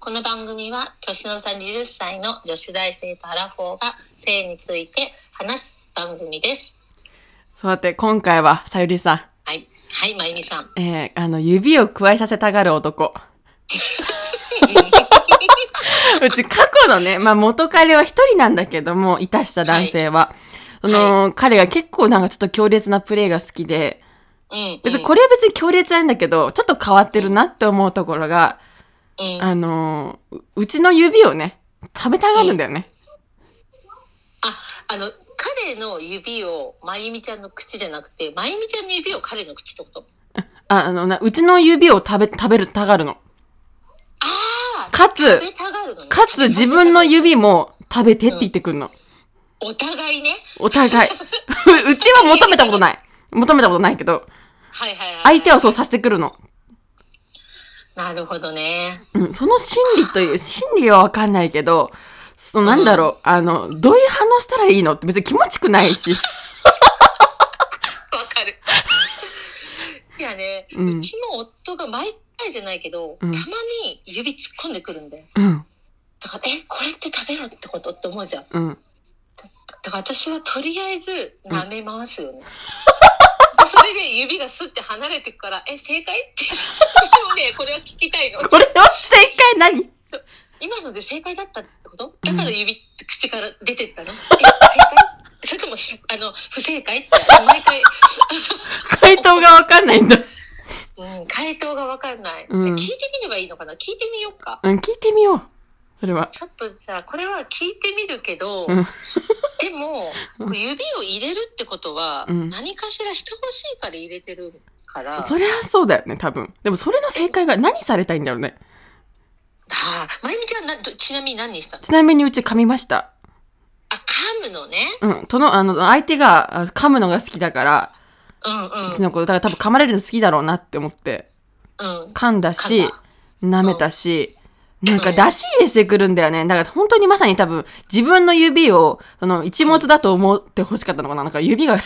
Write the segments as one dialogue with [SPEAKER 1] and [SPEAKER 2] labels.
[SPEAKER 1] この番組は年の差20歳の女子大生とアラフォーが性について話す番組です。
[SPEAKER 2] そうて、今回は、さゆりさ
[SPEAKER 1] はい。はい、まゆみさん。
[SPEAKER 2] ん、えー、あの、指を加えさせたがる 男。うち過去のね、まあ元彼は一人なんだけども、いたした男性は。その、彼が結構なんかちょっと強烈なプレイが好きで、
[SPEAKER 1] うん、
[SPEAKER 2] 別にこれは別に強烈なんだけど、ちょっと変わってるなって思うところが、
[SPEAKER 1] うん。あ、
[SPEAKER 2] あのーううちの指をね、食べたがるんだよね。
[SPEAKER 1] あの、彼の指をまゆみちゃんの口じゃなくて、まゆみちゃんの指を彼の口ってこと
[SPEAKER 2] ああのな、うちの指を食べ、食べる、たがるの。
[SPEAKER 1] ああ
[SPEAKER 2] かつ
[SPEAKER 1] 食、べたがるのね。
[SPEAKER 2] かつ自分の指も食べてって言ってくるの。
[SPEAKER 1] お互いね。
[SPEAKER 2] お互い。 ううちは求めたことない。求めたことないけど、
[SPEAKER 1] はいはいはい。
[SPEAKER 2] 相手はそうさせてくるの。
[SPEAKER 1] なるほどね。
[SPEAKER 2] うん、その心理という、心理はわかんないけど、そのなんだろう、あの、どういう反応したらいいのって別に気持ちくないし。
[SPEAKER 1] わかる。いやね、う
[SPEAKER 2] うん
[SPEAKER 1] ちも夫が毎回じゃないけど、
[SPEAKER 2] うん
[SPEAKER 1] たまに指突っ込んでくるんだよ。
[SPEAKER 2] うん、
[SPEAKER 1] だから、え、これって食べろってことって思うじゃん。
[SPEAKER 2] うん。
[SPEAKER 1] だから私はとりあえず舐め回すよね。それで指がスッて離れてくから、え、正解って。 私もね、これは聞きたいの。
[SPEAKER 2] これは正解何
[SPEAKER 1] 今ので正解だったってことだから指、口から出てったの。え、正解 それともし、あの、不正解って、毎回、
[SPEAKER 2] 回答がわかんないんだ。
[SPEAKER 1] うん、回答がわかんない、
[SPEAKER 2] うん
[SPEAKER 1] 聞いてみればいいのかな聞いてみようか。
[SPEAKER 2] うん、聞いてみよう。それは。
[SPEAKER 1] ちょっとさ、これは聞いてみるけど、
[SPEAKER 2] うん
[SPEAKER 1] でも、
[SPEAKER 2] うん
[SPEAKER 1] 指を入れるってことは、
[SPEAKER 2] うん
[SPEAKER 1] 何かしらしてほしいから入れてるから、
[SPEAKER 2] そりゃそうだよね、多分。でもそれの正解が何されたいんだろうね。
[SPEAKER 1] ああ、まゆみちゃんな、どちなみに何にしたの
[SPEAKER 2] ちなみにうち噛みました。
[SPEAKER 1] あ、噛むのね。
[SPEAKER 2] うん、との、あの、相手があ噛むのが好きだから、
[SPEAKER 1] うん
[SPEAKER 2] うちの子、だから多分噛まれるの好きだろうなって思って。
[SPEAKER 1] うん。うん。
[SPEAKER 2] 噛んだし
[SPEAKER 1] 噛んだ、
[SPEAKER 2] 舐めたし、なん
[SPEAKER 1] う
[SPEAKER 2] か
[SPEAKER 1] ん
[SPEAKER 2] 出し入れしてくるんだよね。だから本当にまさに多分自分の指を、その一物だと思って欲しかったのかな。なんか指が、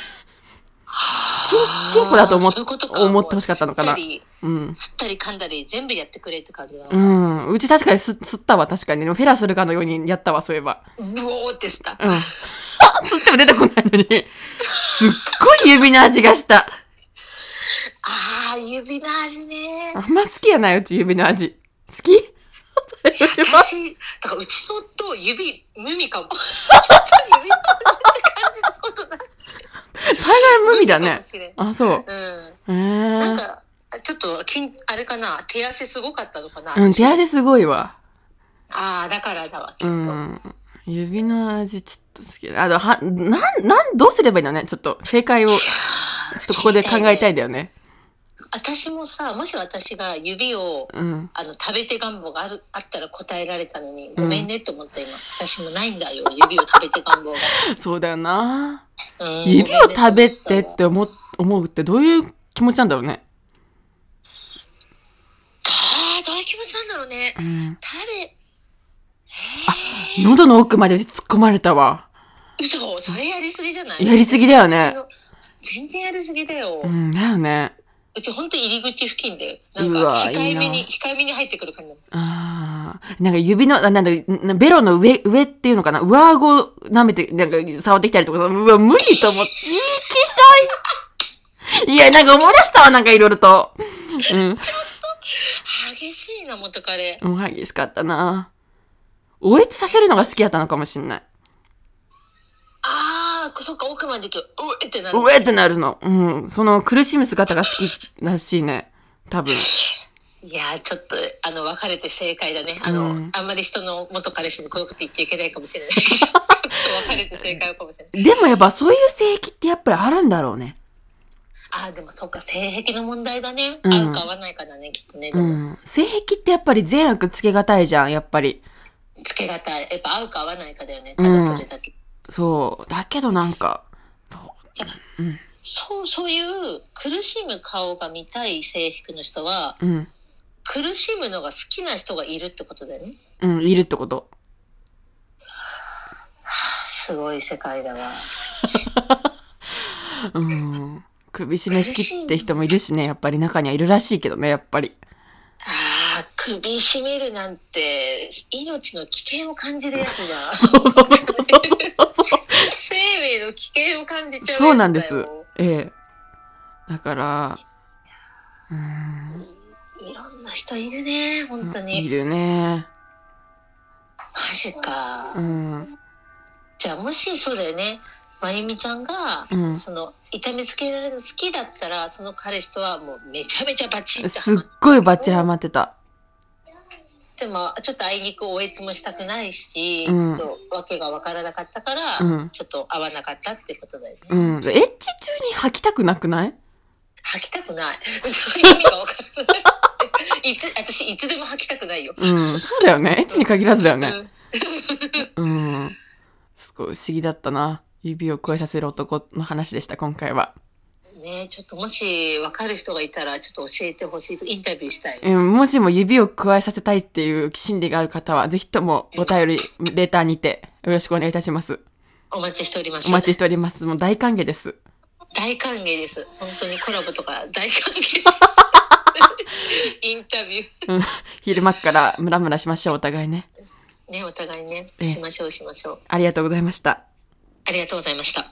[SPEAKER 2] チン、チンコだと思
[SPEAKER 1] あ
[SPEAKER 2] っ
[SPEAKER 1] ーそういうことか
[SPEAKER 2] 思って欲しかったのか
[SPEAKER 1] も
[SPEAKER 2] な
[SPEAKER 1] う。吸っ
[SPEAKER 2] う
[SPEAKER 1] たり、
[SPEAKER 2] ん。
[SPEAKER 1] 吸ったり噛んだり、全部やってくれって感じだ
[SPEAKER 2] う
[SPEAKER 1] な。
[SPEAKER 2] ん。うち確かにす吸ったわ、確かに。でもフェラするかのようにやったわ、そういえば。
[SPEAKER 1] ブオーってした。
[SPEAKER 2] うん。吸っても出てこないのに。すっごい指の味がした。
[SPEAKER 1] ああ、指の味ね
[SPEAKER 2] あ。んま好きやない、うち指の味。好き
[SPEAKER 1] 私、だからうちの夫、指、無味かも。ちょっと指の味って感じたこと ない。
[SPEAKER 2] 大概無味だ
[SPEAKER 1] か
[SPEAKER 2] ね
[SPEAKER 1] も。しれん
[SPEAKER 2] あ、そう。
[SPEAKER 1] うん。
[SPEAKER 2] えー、
[SPEAKER 1] なんか、ちょっと、きん、あれかな、手汗すごかったのかな。
[SPEAKER 2] うん、手汗すごいわ。
[SPEAKER 1] ああ、だからだわ。きっと。
[SPEAKER 2] うん。指の味ちょっと好きだ。あの、は、なん、なん、どうすればいいのねちょっと正解を、ちょっとここで考えたいんだよね。
[SPEAKER 1] 私もさ、もし私が指を、
[SPEAKER 2] うん。
[SPEAKER 1] あの、食べて願望がある、あったら答えられたのに、ごめんねって思った今。私もないんだよ、指を食べて願望が。
[SPEAKER 2] そうだよな
[SPEAKER 1] うん
[SPEAKER 2] 指を食べてっ。
[SPEAKER 1] ごめんね
[SPEAKER 2] て思う、思うってどういう気持ちなんだろうね。
[SPEAKER 1] ああ、どういう気持ちなんだろうね
[SPEAKER 2] う。ん。
[SPEAKER 1] 食べ、
[SPEAKER 2] 喉の奥まで突っ込まれたわ。
[SPEAKER 1] 嘘、それやりすぎじゃない
[SPEAKER 2] やりすぎだよね。
[SPEAKER 1] 全然やりすぎだよ。
[SPEAKER 2] うん、だよね。
[SPEAKER 1] うちほんと入り口付近で、なん
[SPEAKER 2] う
[SPEAKER 1] か
[SPEAKER 2] わ
[SPEAKER 1] 控えめ
[SPEAKER 2] いい
[SPEAKER 1] に、
[SPEAKER 2] な
[SPEAKER 1] 控えめに入ってくる感じ。
[SPEAKER 2] ああ。なんか指の、あなんだ、んベロの上、上っていうのかな上顎舐めて、なんか触ってきたりとかさ、うわ、無理と思って。いい、きしょいいや、なんか思い出したわ、なんかいろいろと。うん。
[SPEAKER 1] 激しいな、元彼。
[SPEAKER 2] もう激しかったなおえつさせるのが好きやったのかもしんない。
[SPEAKER 1] ああ、そっか、奥まで行く。うえってなる。
[SPEAKER 2] おえってなるの。うん。その苦しむ姿が好きらしいね。多分。
[SPEAKER 1] いやー、ちょっと、あの、別れて正解だね。あの、
[SPEAKER 2] うん
[SPEAKER 1] あんまり人の元彼氏にこういうこと言っちゃいけないかもし れない。ちょっと別れて正解かもしれない。
[SPEAKER 2] でもやっぱそういう性癖ってやっぱりあるんだろうね。
[SPEAKER 1] ああ、でもそっか、性癖の問題だね。
[SPEAKER 2] うん
[SPEAKER 1] 合うか合わないかだね、きっとね。で
[SPEAKER 2] う
[SPEAKER 1] も
[SPEAKER 2] ん。性癖ってやっぱり善悪つけがたいじゃん、やっぱり。
[SPEAKER 1] つけがたい。やっぱ合うか合わないかだよね。ただそれだけ。
[SPEAKER 2] そう。だけどなんか、
[SPEAKER 1] そう、そういう苦しむ顔が見たい性癖の人は、
[SPEAKER 2] うん。
[SPEAKER 1] 苦しむのが好きな人がいるってことだよね。
[SPEAKER 2] うん、いるってこと。
[SPEAKER 1] すごい世界だわ。
[SPEAKER 2] うん。首絞め好きって人もいるしね、やっぱり中にはいるらしいけどね、やっぱり。
[SPEAKER 1] ああ、首絞めるなんて、命の危険を感じるやつだ。
[SPEAKER 2] そうそうそうそうそうそう。
[SPEAKER 1] 生命の危険を感じちゃうやつだよ。
[SPEAKER 2] そうなんです ええ。だから、う。
[SPEAKER 1] うんんいろんな人いるね、本当
[SPEAKER 2] い
[SPEAKER 1] に。
[SPEAKER 2] るね。
[SPEAKER 1] マジか
[SPEAKER 2] う。ん。
[SPEAKER 1] じゃあ、もしそれね、まゆみちゃんが、
[SPEAKER 2] うん。
[SPEAKER 1] その、痛めつけられるの好きだったら、その彼氏とはもうめちゃめちゃバチッと。
[SPEAKER 2] すっごいバッチリハマってた。
[SPEAKER 1] でも、ちょっとあいにくおえつもしたくないし、
[SPEAKER 2] うん
[SPEAKER 1] ちょっとわけがわからなかったから、
[SPEAKER 2] うん
[SPEAKER 1] ちょっと合わなかったってことだよね。
[SPEAKER 2] うん。エッチ中に吐きたくなくない
[SPEAKER 1] 吐きたくない。そういう意味がわからない。いつ、私、いつでも吐きたくないよ。
[SPEAKER 2] うん。そうだよね。エッチに限らずだよ
[SPEAKER 1] う
[SPEAKER 2] ね。
[SPEAKER 1] ん
[SPEAKER 2] うん。すごい不思議だったな。指を食わさせる男の話でした、今回は。
[SPEAKER 1] ねちょっともし分かる人がいたら、ちょっと教えてほしい。インタビューしたい。
[SPEAKER 2] うんもしも指を加えさせたいっていう心理がある方は、ぜひともお便り、レターにてよろしくお願いいたします。
[SPEAKER 1] お待ちしております。
[SPEAKER 2] お待ちしております。もう大歓迎です。
[SPEAKER 1] 大歓迎です。本当にコラボとか大歓迎 です。インタビュ
[SPEAKER 2] 昼間っからムラムラしましょう、お互いね。
[SPEAKER 1] ー。ね、お互いね、
[SPEAKER 2] ええ
[SPEAKER 1] しましょうしましょう。
[SPEAKER 2] ありがとうございました。
[SPEAKER 1] ありがとうございました。